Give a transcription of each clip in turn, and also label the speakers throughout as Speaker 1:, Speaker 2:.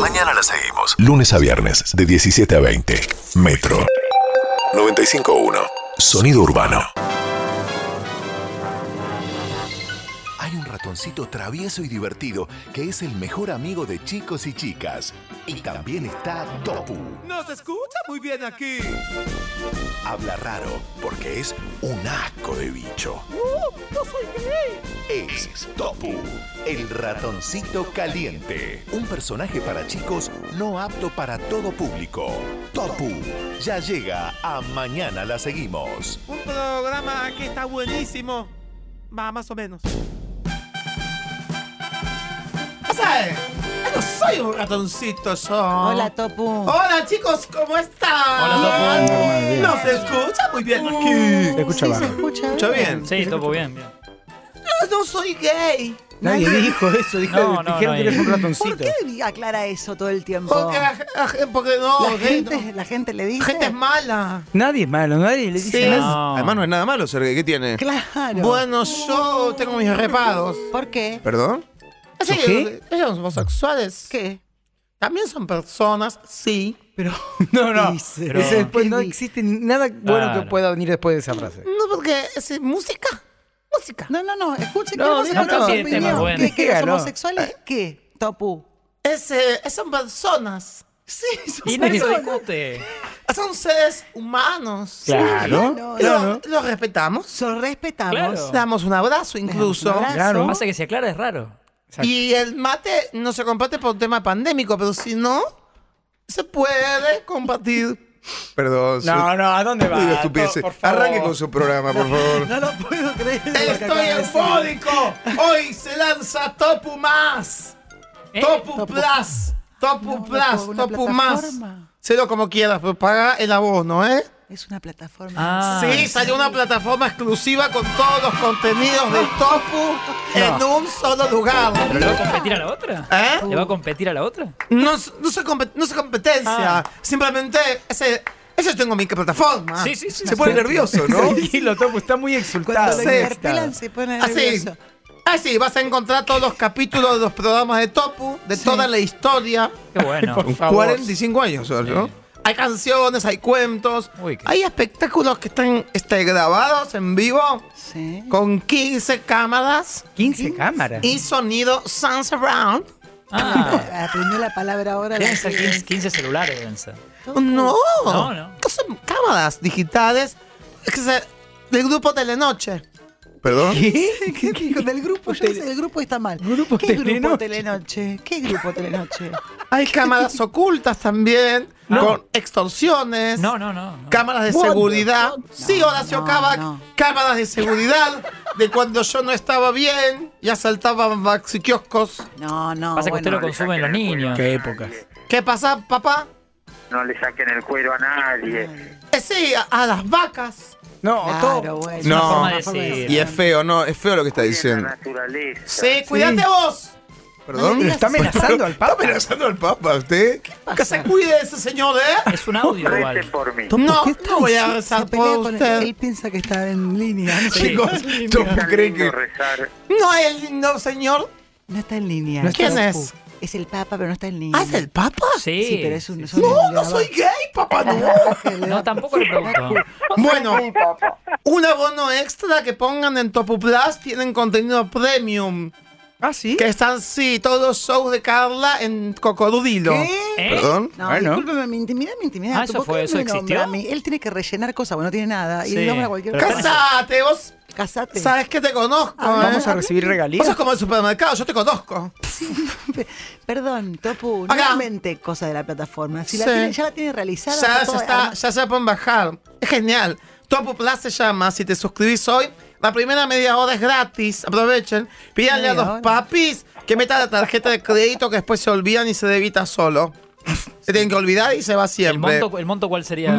Speaker 1: Mañana la seguimos. Lunes a viernes, de 17 a 20. Metro. 95.1. Sonido urbano. Hay un ratoncito travieso y divertido que es el mejor amigo de chicos y chicas. Y también está Topu.
Speaker 2: Nos escucha muy bien aquí.
Speaker 1: Habla raro porque es un asco de bicho.
Speaker 2: Uh, ¡No soy gay!
Speaker 1: es Topu, el ratoncito caliente. Un personaje para chicos no apto para todo público. Topu ya llega a Mañana la seguimos.
Speaker 2: Un programa que está buenísimo. Va, más o menos. ¿Sabes? Yo no soy un ratoncito, yo.
Speaker 3: Hola, Topu.
Speaker 2: Hola, chicos, ¿cómo están?
Speaker 4: Hola, Topo. Normal, bien.
Speaker 2: Nos escucha muy bien aquí.
Speaker 4: Se escucha
Speaker 3: Sí, se
Speaker 4: bárbaro.
Speaker 3: escucha
Speaker 2: Escucha
Speaker 3: bien.
Speaker 2: bien.
Speaker 4: Sí, topo bien, bien.
Speaker 2: Yo no soy gay.
Speaker 4: Nadie dijo eso, dijo,
Speaker 5: No, no,
Speaker 4: dijeron
Speaker 5: no,
Speaker 4: que eres
Speaker 5: eh.
Speaker 4: un
Speaker 3: ¿Por
Speaker 4: ratoncito.
Speaker 3: qué aclara eso todo el tiempo?
Speaker 2: Porque, la, la- porque no,
Speaker 3: la,
Speaker 2: gay,
Speaker 3: gente, la gente le dice.
Speaker 2: no. gente es mala.
Speaker 4: Nadie es malo, nadie le dice
Speaker 2: Sí.
Speaker 4: nada.
Speaker 5: No.
Speaker 6: Además no es nada malo ser gay. ¿Qué tiene?
Speaker 3: Claro.
Speaker 2: Bueno, yo tengo mis reparos.
Speaker 3: ¿Por qué?
Speaker 6: ¿Perdón?
Speaker 2: Así
Speaker 4: ¿Yo
Speaker 2: que
Speaker 4: qué?
Speaker 2: ellos son homosexuales.
Speaker 3: ¿Qué?
Speaker 2: También son personas, sí.
Speaker 3: Pero.
Speaker 4: No, no.
Speaker 3: dice?
Speaker 4: Ese
Speaker 3: Pero-
Speaker 4: después
Speaker 3: ¿Qué
Speaker 4: no
Speaker 3: di-
Speaker 4: existe nada bueno que
Speaker 5: Claro.
Speaker 4: pueda venir después de esa frase.
Speaker 2: No, porque es eh, música. Música.
Speaker 3: No, no, no. Escuchen,
Speaker 4: No,
Speaker 3: queremos
Speaker 4: no,
Speaker 3: escuchar
Speaker 4: no,
Speaker 3: su
Speaker 4: sí,
Speaker 3: opinión.
Speaker 5: tema bueno.
Speaker 3: ¿Qué, qué, los
Speaker 4: Dígalo.
Speaker 3: homosexuales? ¿Qué? Topu.
Speaker 2: Es, eh, son personas.
Speaker 3: Sí, sos
Speaker 5: Y nadie lo
Speaker 3: persona.
Speaker 5: discute.
Speaker 2: Son seres humanos.
Speaker 4: Claro,
Speaker 3: no,
Speaker 2: Lo-
Speaker 4: claro.
Speaker 2: Lo, respetamos.
Speaker 3: Los respetamos.
Speaker 5: Claro.
Speaker 2: Damos un abrazo incluso.
Speaker 3: Un abrazo.
Speaker 4: Claro.
Speaker 5: Pasa que si aclara es raro.
Speaker 4: Exacto.
Speaker 2: Y el mate no se comparte por tema pandémico, pero si no, se puede compartir.
Speaker 6: Perdón.
Speaker 4: No, no, ¿a dónde va?
Speaker 6: estupideces.
Speaker 4: Por favor.
Speaker 6: Arranque con su programa, por favor.
Speaker 3: No lo puedo creer.
Speaker 2: ¡Estoy eufórico! Hoy se lanza Topu Más.
Speaker 5: ¿Eh?
Speaker 2: Topu,
Speaker 3: Topu-
Speaker 2: Plus. Topu
Speaker 3: No,
Speaker 2: Plus.
Speaker 3: loco, una
Speaker 2: Topu Más.
Speaker 3: plataforma.
Speaker 2: Celo como quieras, pero paga el abono, ¿eh?
Speaker 3: Es una plataforma.
Speaker 5: Ah,
Speaker 2: sí, salió una plataforma exclusiva con todos los contenidos de Topu en un solo lugar.
Speaker 5: ¿Pero le va a competir a la otra?
Speaker 2: ¿Eh?
Speaker 5: ¿Le va a competir a la otra?
Speaker 2: No, es- no, soy, compe- no soy competencia.
Speaker 5: Ah.
Speaker 2: Simplemente ese, ese tengo mi plataforma.
Speaker 5: Sí, sí, sí.
Speaker 6: Se pone nervioso, ¿no?
Speaker 4: Tranquilo, Topo, está muy
Speaker 3: Cuando
Speaker 4: exultado.
Speaker 3: lo
Speaker 2: Sí, está.
Speaker 3: interpelan se ponen
Speaker 2: Así.
Speaker 3: nerviosos.
Speaker 2: Así, vas a encontrar todos los capítulos de los programas de Topu, de toda la historia.
Speaker 5: Qué bueno.
Speaker 4: Por favor.
Speaker 6: 45 años, son, ¿no?
Speaker 2: Hay canciones, hay cuentos,
Speaker 5: Uy, qué-
Speaker 2: hay espectáculos que están este, grabados en vivo
Speaker 3: Sí.
Speaker 2: con 15 cámaras
Speaker 4: 15 cámaras.
Speaker 2: y sonido Sans Surround.
Speaker 5: Ah,
Speaker 3: Aprendió la palabra ahora.
Speaker 5: deben ser 15, 15 celulares, deben ser.
Speaker 2: No,
Speaker 5: No, no.
Speaker 2: que son cámaras digitales que se- del grupo Telenoche.
Speaker 6: ¿Perdón?
Speaker 3: ¿Qué? ¿Qué dijo? Del grupo, yo sé, el grupo está mal.
Speaker 4: Grupo
Speaker 3: ¿Qué grupo
Speaker 4: Telenoche?
Speaker 3: Telenoche? ¿Qué grupo Telenoche?
Speaker 2: Hay cámaras ocultas también
Speaker 5: No.
Speaker 2: con extorsiones.
Speaker 5: No, no, no. no.
Speaker 2: Cámaras de
Speaker 3: Bueno.
Speaker 2: seguridad. sí, Horacio
Speaker 3: no,
Speaker 2: Cava,
Speaker 3: no.
Speaker 2: cámaras de seguridad de cuando yo no estaba bien y asaltaban maxiquioscos.
Speaker 3: No, no.
Speaker 5: Pasa que
Speaker 3: bueno.
Speaker 5: usted lo consumen los niños.
Speaker 4: Qué épocas.
Speaker 2: ¿Qué pasa, papá?
Speaker 7: no le saquen el cuero a nadie.
Speaker 2: Eh, sí, a, a las vacas.
Speaker 4: No,
Speaker 3: Claro,
Speaker 4: Topo.
Speaker 3: bueno.
Speaker 6: No.
Speaker 5: forma de decir.
Speaker 6: Y es feo, no, es feo lo que está
Speaker 7: La
Speaker 6: diciendo.
Speaker 7: naturaleza.
Speaker 2: Sí, cuídate vos.
Speaker 6: ¿Perdón?
Speaker 4: Está amenazando al
Speaker 6: ¿Está
Speaker 4: Papa.
Speaker 6: amenazando al Papa usted?
Speaker 2: Que se cuide ese señor, ¿eh?
Speaker 5: Es un audio
Speaker 7: Recen
Speaker 5: igual.
Speaker 7: por mí.
Speaker 3: Topo,
Speaker 2: No,
Speaker 3: ¿qué está
Speaker 2: no voy a
Speaker 3: diciendo?
Speaker 2: rezar
Speaker 3: Se pelea
Speaker 2: por
Speaker 3: con él.
Speaker 2: usted.
Speaker 3: Él piensa que está en línea. No,
Speaker 5: Sí.
Speaker 6: Chicos, ¿topo
Speaker 7: Tan
Speaker 6: cree que
Speaker 7: lindo rezar.
Speaker 2: No es lindo señor.
Speaker 3: no está en línea.
Speaker 4: No
Speaker 2: ¿Quién
Speaker 3: Topo.
Speaker 2: es?
Speaker 3: Es el Papa, pero no está en línea.
Speaker 2: ¿Ah, es el Papa?
Speaker 5: Sí.
Speaker 3: Sí, pero es un.
Speaker 5: sí,
Speaker 3: son
Speaker 2: No,
Speaker 3: un-
Speaker 2: no soy gay, papá, no.
Speaker 5: No, tampoco le pregunto.
Speaker 2: Bueno, un abono extra que pongan en Topu Plus tienen contenido premium.
Speaker 4: Ah, sí.
Speaker 2: Que están, sí, todos los shows de Carla en Cocodudilo.
Speaker 5: ¿Eh?
Speaker 6: ¿Perdón?
Speaker 3: No,
Speaker 4: Bueno.
Speaker 3: discúlpeme, mi intimidad, mi intimidad.
Speaker 5: Ah, eso
Speaker 3: Topo, ¿por
Speaker 5: fue,
Speaker 3: qué
Speaker 5: eso
Speaker 3: me nombra
Speaker 5: existió?
Speaker 3: a mí? Él tiene que rellenar cosas, bueno, no tiene nada. Y
Speaker 5: Sí.
Speaker 3: le nombra cualquier
Speaker 5: Pero-
Speaker 3: cosa.
Speaker 2: Casate, vos
Speaker 3: Casate.
Speaker 2: sabes que te conozco,
Speaker 4: Ah, Vamos
Speaker 2: ¿eh?
Speaker 4: a recibir
Speaker 2: Vos sos
Speaker 4: regalías.
Speaker 2: como el supermercado, yo te conozco.
Speaker 3: Perdón, Topu,
Speaker 2: Acá.
Speaker 3: nuevamente cosa de la plataforma. Si la
Speaker 2: Sí.
Speaker 3: tiene- ya la tiene realizada, eh,
Speaker 2: Ya se,
Speaker 3: todo
Speaker 2: está,
Speaker 3: arma-
Speaker 2: ya se la pueden bajar. Es genial. Topo Plus se llama. Si te suscribís hoy, la primera media hora es gratis. Aprovechen. Pídanle a
Speaker 3: Media
Speaker 2: los
Speaker 3: hora.
Speaker 2: papis que metan la tarjeta de crédito que después se olvidan y se debita solo. Se tienen que olvidar y se va
Speaker 5: ¿El
Speaker 2: siempre.
Speaker 5: monto, ¿El monto cuál sería?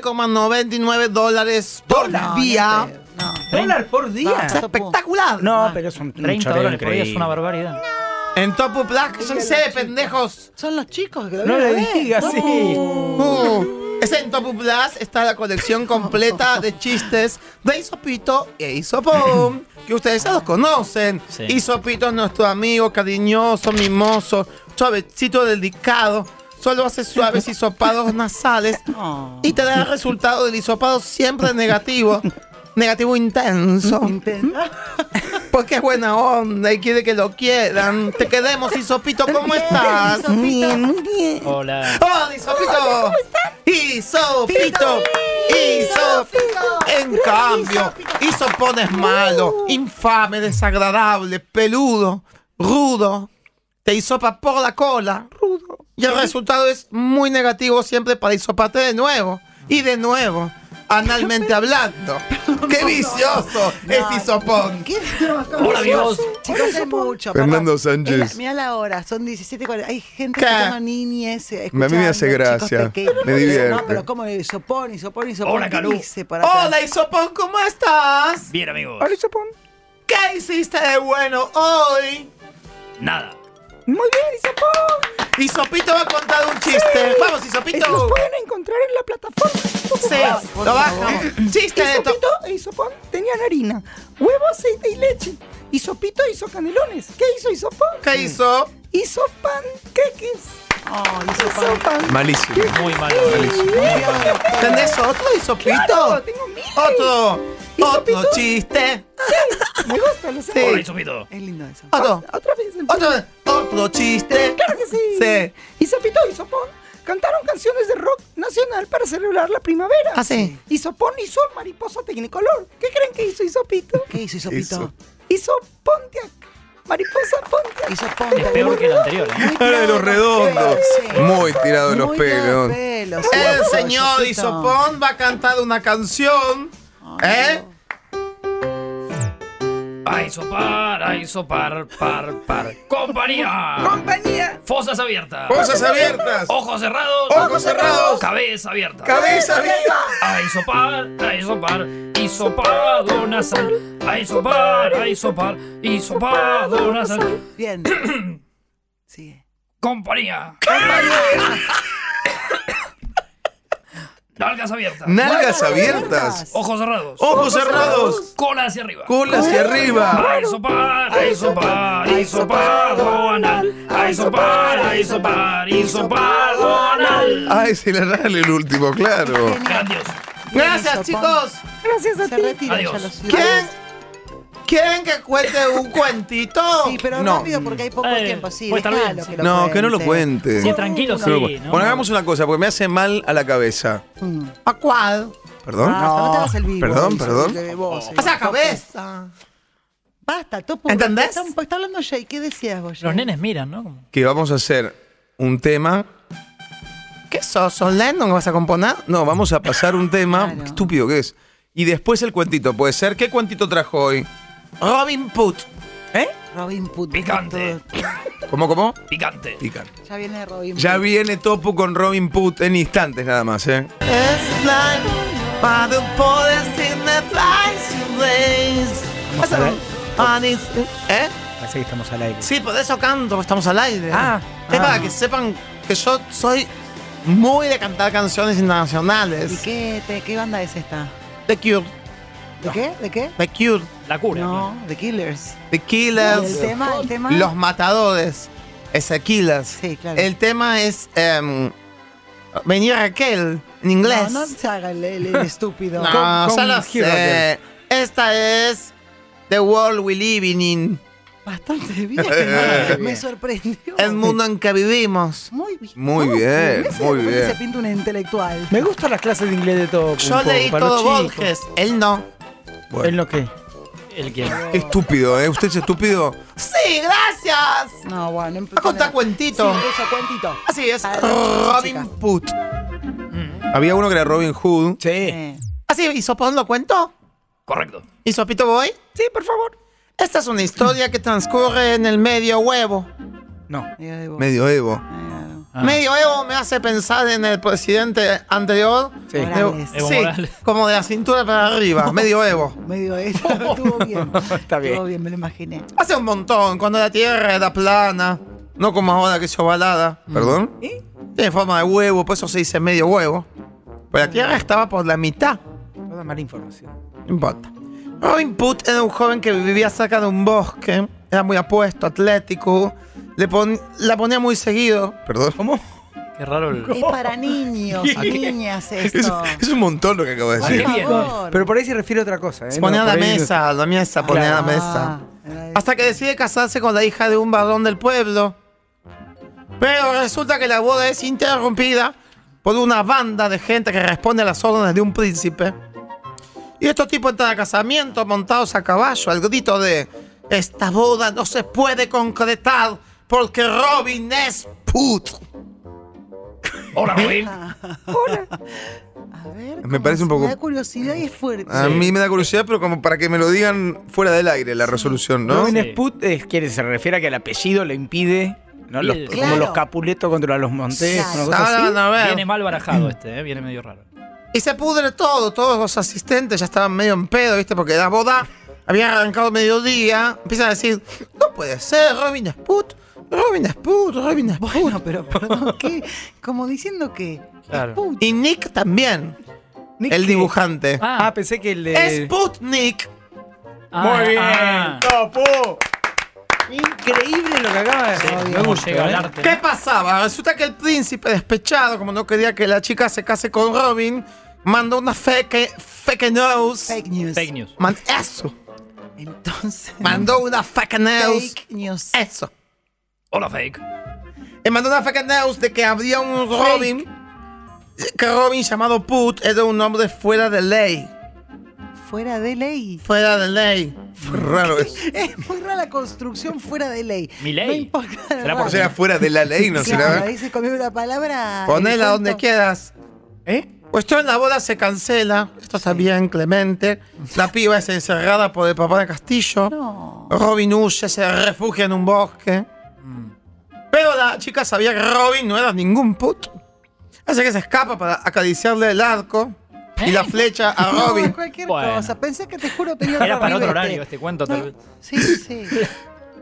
Speaker 2: 29,99 dólares por
Speaker 3: No,
Speaker 2: día.
Speaker 3: ni en pedo, no.
Speaker 4: ¿Dólar por día?
Speaker 3: Basta.
Speaker 2: Espectacular.
Speaker 4: No, pero es un, un
Speaker 5: 30
Speaker 4: choreo
Speaker 5: dólares por día es
Speaker 4: increíble.
Speaker 5: una barbaridad.
Speaker 2: En Topo Plus, que yo sé, pendejos.
Speaker 3: Son los chicos que lo
Speaker 4: No
Speaker 3: vienen a
Speaker 4: le
Speaker 3: ver.
Speaker 4: digas
Speaker 3: Topu.
Speaker 4: así.
Speaker 2: Uh, Es en Topu Plus está la colección completa de chistes de Isopito e Isopón, que ustedes ya los conocen.
Speaker 5: Sí.
Speaker 2: Isopito es nuestro amigo cariñoso, mimoso, suavecito, delicado. Solo hace suaves hisopados nasales
Speaker 3: Oh.
Speaker 2: y te da el resultado del hisopado siempre negativo. Negativo intenso. Porque es buena onda y quiere que lo quieran. Te queremos, Isopito, ¿cómo estás?
Speaker 3: Bien,
Speaker 4: muy bien.
Speaker 5: Hola.
Speaker 2: ¡Hola, Isopito! ¡Isopito! ¡Isopito! En cambio, Isopón es
Speaker 3: Uh.
Speaker 2: malo, infame, desagradable, peludo, rudo. Te hisopa por la cola. Y el resultado es muy negativo siempre para hisoparte de nuevo. Y de nuevo. Analmente hablando. ¡Qué vicioso es Isopón!
Speaker 3: ¿Qué? No, ¿cómo
Speaker 5: Hola,
Speaker 3: es?
Speaker 5: Dios.
Speaker 3: Chicos, es mucho.
Speaker 6: Fernando Sánchez.
Speaker 3: Mira la hora, son 17.40. Hay gente
Speaker 2: ¿Qué?
Speaker 3: escuchando niñes. eh,
Speaker 6: me
Speaker 3: escuchando,
Speaker 6: hace
Speaker 3: chicos
Speaker 6: gracia,
Speaker 3: pequeños.
Speaker 6: me
Speaker 3: No,
Speaker 6: divierte.
Speaker 3: No, pero como isopón, isopón, isopón.
Speaker 5: Hola,
Speaker 3: ¿qué
Speaker 5: Calú.
Speaker 3: dice para atrás?
Speaker 2: ¡Hola, Isopón! ¿Cómo estás?
Speaker 5: Bien, amigos.
Speaker 4: Hola, Isopón.
Speaker 2: ¿Qué hiciste de bueno hoy?
Speaker 5: Nada.
Speaker 4: Muy bien, Isopón.
Speaker 2: Isopito va a contar un chiste. Vamos, Isopito.
Speaker 4: Eh, Los pueden encontrar en la plataforma.
Speaker 2: Sí, lo baja. Chiste de to-
Speaker 4: Isopito e Isopón tenían harina, huevo, aceite y leche. Isopito hizo canelones. ¿Qué hizo Isopón?
Speaker 2: ¿Qué hizo?
Speaker 4: Hizo panqueques.
Speaker 3: Oh,
Speaker 4: Hizo
Speaker 3: isopón.
Speaker 4: pan.
Speaker 6: Malísimo.
Speaker 5: Muy malo.
Speaker 2: ¿Tenés otro Isopito?
Speaker 4: Claro, tengo mil.
Speaker 2: Otro.
Speaker 4: ¿Isopito?
Speaker 2: Otro chiste.
Speaker 4: Me gusta, lo sé.
Speaker 5: Hola, Isopito.
Speaker 3: Es lindo eso.
Speaker 2: Otro.
Speaker 4: Otra vez.
Speaker 2: Otro. Otro chiste.
Speaker 4: Claro que sí.
Speaker 2: Sí.
Speaker 4: Isopito y Sopón cantaron canciones de rock nacional para celebrar la primavera.
Speaker 2: Ah, sí.
Speaker 4: Isopón hizo mariposa tecnicolor. ¿Qué creen que hizo Isopito?
Speaker 3: ¿Qué hizo isopito?
Speaker 6: Hizo-
Speaker 4: Hizo Pontiac. Mariposa Pontiac.
Speaker 3: Isopón.
Speaker 5: Es peor que el anterior. ¿eh?
Speaker 6: Ahora de los redondos. Muy tirado de los
Speaker 3: Muy tirado de
Speaker 6: pelos.
Speaker 3: los pelos.
Speaker 2: El
Speaker 3: Isopito,
Speaker 2: señor
Speaker 3: isopito.
Speaker 2: Isopón va a cantar una canción. ¿Eh?
Speaker 5: A isopar, a isopar, par, par. Compañía.
Speaker 4: Compañía.
Speaker 5: Fosas abiertas.
Speaker 6: Cosas abiertas.
Speaker 5: Ojos cerrados.
Speaker 6: Ojos cerrados.
Speaker 5: Cabeza abierta.
Speaker 6: Cabeza arriba.
Speaker 5: A isopar, a isopar, isopado nasal. A isopar, a isopar, isopado nasal.
Speaker 3: Bien. Sigue.
Speaker 5: Compañía. Nalgas abiertas.
Speaker 6: Nalgas abiertas.
Speaker 5: Ojos cerrados.
Speaker 6: Ojos cerrados.
Speaker 5: Cola hacia arriba.
Speaker 6: Cola hacia arriba.
Speaker 5: A isopar, a isopar, isopado anal. A isopar, a isopar, isopado anal.
Speaker 6: Ay, se le regale el último, claro.
Speaker 5: Grandioso.
Speaker 2: Gracias,
Speaker 3: Isopón.
Speaker 2: chicos.
Speaker 4: Gracias a
Speaker 3: Se
Speaker 4: ti.
Speaker 3: retiran ya
Speaker 5: Adiós.
Speaker 3: los
Speaker 2: ¿Quién? ¿Quieren que cuente un cuentito?
Speaker 3: Sí, pero
Speaker 6: No.
Speaker 3: rápido porque hay poco
Speaker 5: Eh,
Speaker 3: tiempo. Sí,
Speaker 5: puede estar bien,
Speaker 3: déjalo
Speaker 5: sí.
Speaker 3: que lo
Speaker 6: No, que no lo cuente.
Speaker 5: Sí, tranquilo,
Speaker 6: No lo cu-
Speaker 5: sí. ¿no?
Speaker 6: Bueno, hagamos una cosa, porque me hace mal a la cabeza.
Speaker 3: Mm.
Speaker 2: ¿A cuál?
Speaker 6: ¿Perdón?
Speaker 3: Basta, no te hagas el vivo.
Speaker 6: Perdón,
Speaker 3: Isopito,
Speaker 6: perdón.
Speaker 3: de
Speaker 5: Oh.
Speaker 3: vos,
Speaker 2: Pasa la
Speaker 3: Topo.
Speaker 2: cabeza.
Speaker 3: Basta, topo.
Speaker 2: ¿Entendés?
Speaker 3: Está, está hablando Jay. ¿Qué decías vos, Jay?
Speaker 5: Los nenes miran, ¿no? Como-
Speaker 6: Que vamos a hacer un tema.
Speaker 2: ¿Qué sos? ¿Sos Lennon? ¿Vas a componer?
Speaker 6: No, vamos a pasar un tema.
Speaker 3: Claro.
Speaker 6: Qué estúpido que es. Y después el cuentito, puede ser. ¿Qué cuentito trajo hoy?
Speaker 2: Robin Put.
Speaker 6: ¿Eh?
Speaker 3: Robin Put.
Speaker 5: Picante.
Speaker 6: ¿Cómo, cómo?
Speaker 5: Picante.
Speaker 6: Pican.
Speaker 3: Ya viene Robin
Speaker 6: Ya
Speaker 3: Hood.
Speaker 6: viene Topu con Robin Put en instantes nada más, ¿eh?
Speaker 2: Es like by the forest in the flies you raise. Pasa- Ah, dice- ¿Eh?
Speaker 4: Parece que estamos al aire.
Speaker 2: Sí, por eso canto, estamos al aire.
Speaker 4: Ah,
Speaker 2: es
Speaker 4: ah.
Speaker 2: para que sepan que yo soy muy de cantar canciones
Speaker 3: ¿Y
Speaker 2: internacionales.
Speaker 3: qué, te- qué banda es esta?
Speaker 2: The Cure,
Speaker 3: ¿De qué? ¿De qué?
Speaker 2: The Cure,
Speaker 5: La cura.
Speaker 3: No, The Killers.
Speaker 2: The
Speaker 3: ¿Y
Speaker 2: Killers,
Speaker 3: el tema? ¿El tema?
Speaker 2: Los Matadores, es The Killers.
Speaker 3: Sí, claro.
Speaker 2: El tema es em, Venir Raquel, en inglés.
Speaker 3: No, no se haga el, el- el estúpido.
Speaker 2: No,
Speaker 4: Con-
Speaker 2: ya
Speaker 4: con
Speaker 2: lo
Speaker 4: Hero
Speaker 2: sé. Esta es The World We Living In.
Speaker 3: Bastante bien. Me sorprendió.
Speaker 2: El mundo en que vivimos.
Speaker 3: Muy bien.
Speaker 6: Muy
Speaker 3: No,
Speaker 6: bien,
Speaker 3: ¿ves?
Speaker 6: muy
Speaker 3: De repente
Speaker 6: bien.
Speaker 3: Se pinta un intelectual.
Speaker 8: Me gustan las clases de inglés de todo.
Speaker 2: Yo leí todo Borges. Él no.
Speaker 6: Bueno.
Speaker 8: ¿En lo que?
Speaker 5: El que.
Speaker 6: Qué estúpido, ¿eh? ¿Usted es estúpido?
Speaker 2: ¡Sí, gracias!
Speaker 3: No, bueno. empe-
Speaker 2: Va a contar cuentito.
Speaker 3: Sí, eso, cuentito.
Speaker 2: Así es.
Speaker 3: Ah,
Speaker 2: Robin
Speaker 3: chica.
Speaker 2: Hood.
Speaker 6: Había uno que era Robin Hood.
Speaker 8: Sí.
Speaker 3: Eh,
Speaker 2: Así, ¿Isopón lo cuento?
Speaker 5: Correcto.
Speaker 2: ¿Isopito voy?
Speaker 4: Sí, por favor.
Speaker 2: Esta es una historia que transcurre en el medio huevo.
Speaker 3: digo, digo,
Speaker 6: Medio Evo.
Speaker 3: eh,
Speaker 5: Ah.
Speaker 2: Medio huevo me hace pensar en el presidente anterior.
Speaker 8: Sí.
Speaker 3: Morales.
Speaker 5: Evo
Speaker 2: sí,
Speaker 5: Morales.
Speaker 2: como de la cintura para arriba. Medio huevo.
Speaker 3: Medio eso. Estuvo bien.
Speaker 8: Está bien.
Speaker 3: Estuvo bien, me lo imaginé.
Speaker 2: Hace un montón, cuando la tierra era plana, no
Speaker 8: Mm.
Speaker 2: como ahora que es ovalada.
Speaker 3: ¿Eh?
Speaker 6: ¿Perdón?
Speaker 2: Tiene forma de huevo, por eso se dice medio huevo. Pero la Tierra estaba por la mitad.
Speaker 8: Toda mala información.
Speaker 2: No importa. Robin Hood era un joven que vivía cerca de un bosque. Era muy apuesto, atlético. Le pon- la ponía muy seguido. Perdón. ¿Cómo?
Speaker 5: Qué raro el.
Speaker 3: Es para niños, niñas
Speaker 6: Es,
Speaker 3: esto.
Speaker 6: es un montón lo que acabo de
Speaker 3: Por
Speaker 6: decir.
Speaker 5: Ay, bien.
Speaker 3: favor.
Speaker 8: Pero por ahí se refiere a otra cosa. ¿eh?
Speaker 2: Se ponía
Speaker 8: No,
Speaker 2: a la
Speaker 8: por ahí-
Speaker 2: mesa, a la mesa, ponía
Speaker 3: Ah,
Speaker 2: a la mesa. Ah, Hasta que decide casarse con la hija de un varón del pueblo. Pero resulta que la boda es interrumpida por una banda de gente que responde a las órdenes de un príncipe. Y estos tipos entran al casamiento montados a caballo al grito de Esta boda no se puede concretar porque Robin es put.
Speaker 5: Hola, Robin.
Speaker 3: A ver,
Speaker 6: Me parece un
Speaker 3: como
Speaker 6: poco-
Speaker 3: Me da curiosidad y es fuerte.
Speaker 6: A mí me da curiosidad, pero como para que me lo digan fuera del aire la resolución, ¿no?
Speaker 8: Robin
Speaker 5: Sí.
Speaker 8: Sput es que se refiere a que el apellido le impide, ¿no? Los-
Speaker 5: Claro.
Speaker 8: como los Capuleto contra los Montes,
Speaker 3: Claro.
Speaker 8: una cosa así.
Speaker 2: Estaban a ver.
Speaker 5: Viene mal barajado este, ¿eh? Viene medio raro.
Speaker 2: Y se pudre todo, todos los asistentes ya estaban medio en pedo, ¿viste? Porque la boda había arrancado mediodía. Empiezan a decir, no puede ser, Robin Sput, Robin Sput, Robin Sput.
Speaker 3: Bueno, pero perdón, ¿qué? Como diciendo que.
Speaker 5: Claro.
Speaker 3: Puta,
Speaker 2: Y Nick también,
Speaker 8: Nick,
Speaker 2: el
Speaker 8: que-
Speaker 2: dibujante.
Speaker 8: Ah, pensé que el de...
Speaker 2: Sputnik.
Speaker 5: Ah,
Speaker 8: Muy bien, topo.
Speaker 3: Increíble lo que acaba de
Speaker 5: Sí, luego llega
Speaker 8: ¿eh?
Speaker 5: el arte.
Speaker 2: ¿Qué pasaba? Resulta que el príncipe despechado, como no quería que la chica se case con Robin, mandó una fake, fake news.
Speaker 3: Fake news.
Speaker 5: Fake news.
Speaker 2: Man- eso.
Speaker 3: Entonces.
Speaker 2: Mandó una fake news.
Speaker 3: Fake news.
Speaker 2: Eso.
Speaker 5: Hola, fake.
Speaker 2: Me mandó una fake news de que había un Robin. Que Robin llamado Put era un hombre fuera de ley.
Speaker 3: Fuera de ley.
Speaker 2: Fuera de ley.
Speaker 6: Raro eso.
Speaker 3: Es muy rara la construcción fuera de ley.
Speaker 5: Mi ley.
Speaker 3: No importa.
Speaker 5: Será
Speaker 6: O sea, fuera de la ley, ¿no?
Speaker 3: Claro,
Speaker 6: Será-
Speaker 3: ahí se comió una palabra.
Speaker 2: Ponela donde
Speaker 3: quiera.
Speaker 2: quieras.
Speaker 8: ¿Eh?
Speaker 2: Cuestión, la boda se cancela. Esto está bien, Clemente. La piba es encerrada por el papá de Castillo.
Speaker 3: No.
Speaker 2: Robin huye, se refugia en un bosque. Pero la chica sabía que Robin no era ningún put. Así que se escapa para acariciarle el arco y la flecha a Robin.
Speaker 3: No, cualquier
Speaker 5: Bueno.
Speaker 3: cosa. Pensé que te juro tenía
Speaker 5: Era para otro
Speaker 3: ribete.
Speaker 5: horario este cuento, tal vez.
Speaker 3: Sí, sí.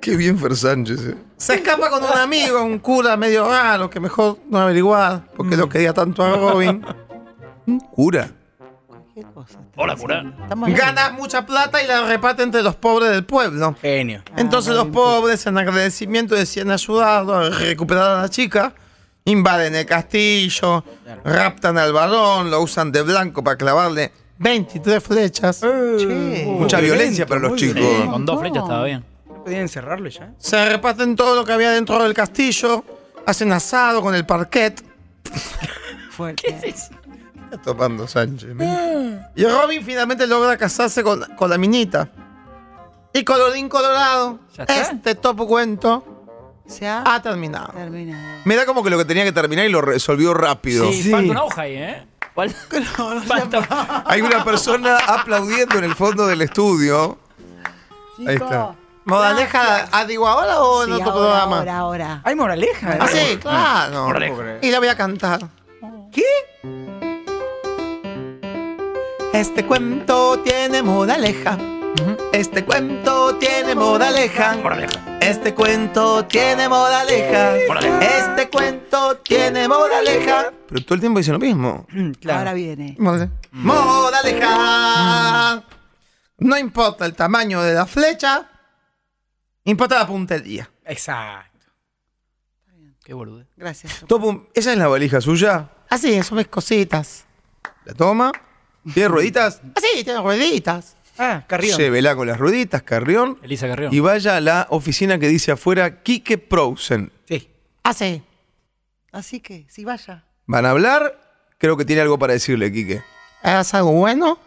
Speaker 6: Qué bien Fer Sánchez. eh.
Speaker 2: Se escapa con un amigo, un cura medio raro, que mejor no averiguar, porque lo quería tanto a Robin.
Speaker 6: Cura.
Speaker 3: Cualquier cosa.
Speaker 5: Hola, cura.
Speaker 3: Estamos
Speaker 2: Gana mucha plata y la reparte entre los pobres del pueblo.
Speaker 8: Genio.
Speaker 2: Entonces los pobres, en agradecimiento, deciden ayudarlo a recuperar a la chica. Invaden el castillo, raptan al varón, lo usan de blanco para clavarle 23 flechas.
Speaker 3: Che.
Speaker 6: Mucha violencia para los
Speaker 8: Eh, muy
Speaker 6: chicos.
Speaker 5: Sí,
Speaker 3: Oh.
Speaker 5: con dos flechas estaba bien.
Speaker 8: ¿No podían encerrarlo ya?
Speaker 2: Se reparten todo lo que había dentro del castillo. Hacen asado con el parquet.
Speaker 3: fuerte.
Speaker 6: Está Topando Sánchez. ¿no?
Speaker 2: Y Robin finalmente logra casarse con, con la minita. Y colorín colorado,
Speaker 5: Ya está.
Speaker 2: este topo cuento
Speaker 3: Se ha
Speaker 6: Ah,
Speaker 2: ha terminado.
Speaker 3: terminado.
Speaker 6: Me da como que lo que tenía que terminar y lo resolvió rápido.
Speaker 5: Sí, falta una hoja ahí, ¿eh? Fal- Falta.
Speaker 6: Hay una persona aplaudiendo en el fondo del estudio. Ahí está.
Speaker 2: ¿Modaleja a ahora o en
Speaker 3: Sí,
Speaker 2: otro
Speaker 3: ahora,
Speaker 2: programa?
Speaker 3: Ahora, ahora.
Speaker 8: Hay moraleja. ¿eh?
Speaker 2: Ah, sí, claro.
Speaker 5: Órale.
Speaker 2: Y la voy a cantar.
Speaker 8: ¿Qué?
Speaker 2: Este cuento tiene modaleja. Este cuento tiene modaleja.
Speaker 5: Moraleja.
Speaker 2: Este cuento tiene modaleja.
Speaker 5: Moraleja.
Speaker 2: Este cuento tiene modaleja. Pero todo el tiempo dice lo mismo.
Speaker 3: Ahora viene.
Speaker 2: Modale-
Speaker 6: Mm.
Speaker 2: Modaleja. Mm. No importa el tamaño de la flecha, importa la puntería.
Speaker 8: Exacto.
Speaker 5: Qué boludo.
Speaker 3: Gracias.
Speaker 6: Topo, ¿esa es la valija suya?
Speaker 2: Así, son mis cositas.
Speaker 6: La toma. ¿Tiene rueditas?
Speaker 2: Así, tiene rueditas.
Speaker 8: Ah, Carrión.
Speaker 6: Llévela con las rueditas, carrión.
Speaker 5: Elisa Carrión.
Speaker 6: Y vaya a la oficina que dice afuera Kike Prosen.
Speaker 8: Sí.
Speaker 2: Así.
Speaker 3: Así que, si vaya.
Speaker 6: Van a hablar. Creo que tiene algo para decirle, Quique.
Speaker 2: ¿Es algo bueno?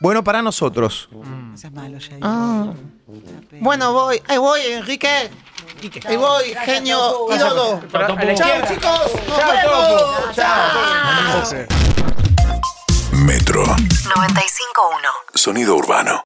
Speaker 6: Bueno para nosotros.
Speaker 3: No seas malo, Jair.
Speaker 2: Ah. Bueno, voy. Ahí voy, Enrique. Ahí voy, genio, ídolo.
Speaker 5: Chau, Topo.
Speaker 2: Chao, chicos. Nos vemos. Chao.
Speaker 9: Metro 95.1. Sonido urbano.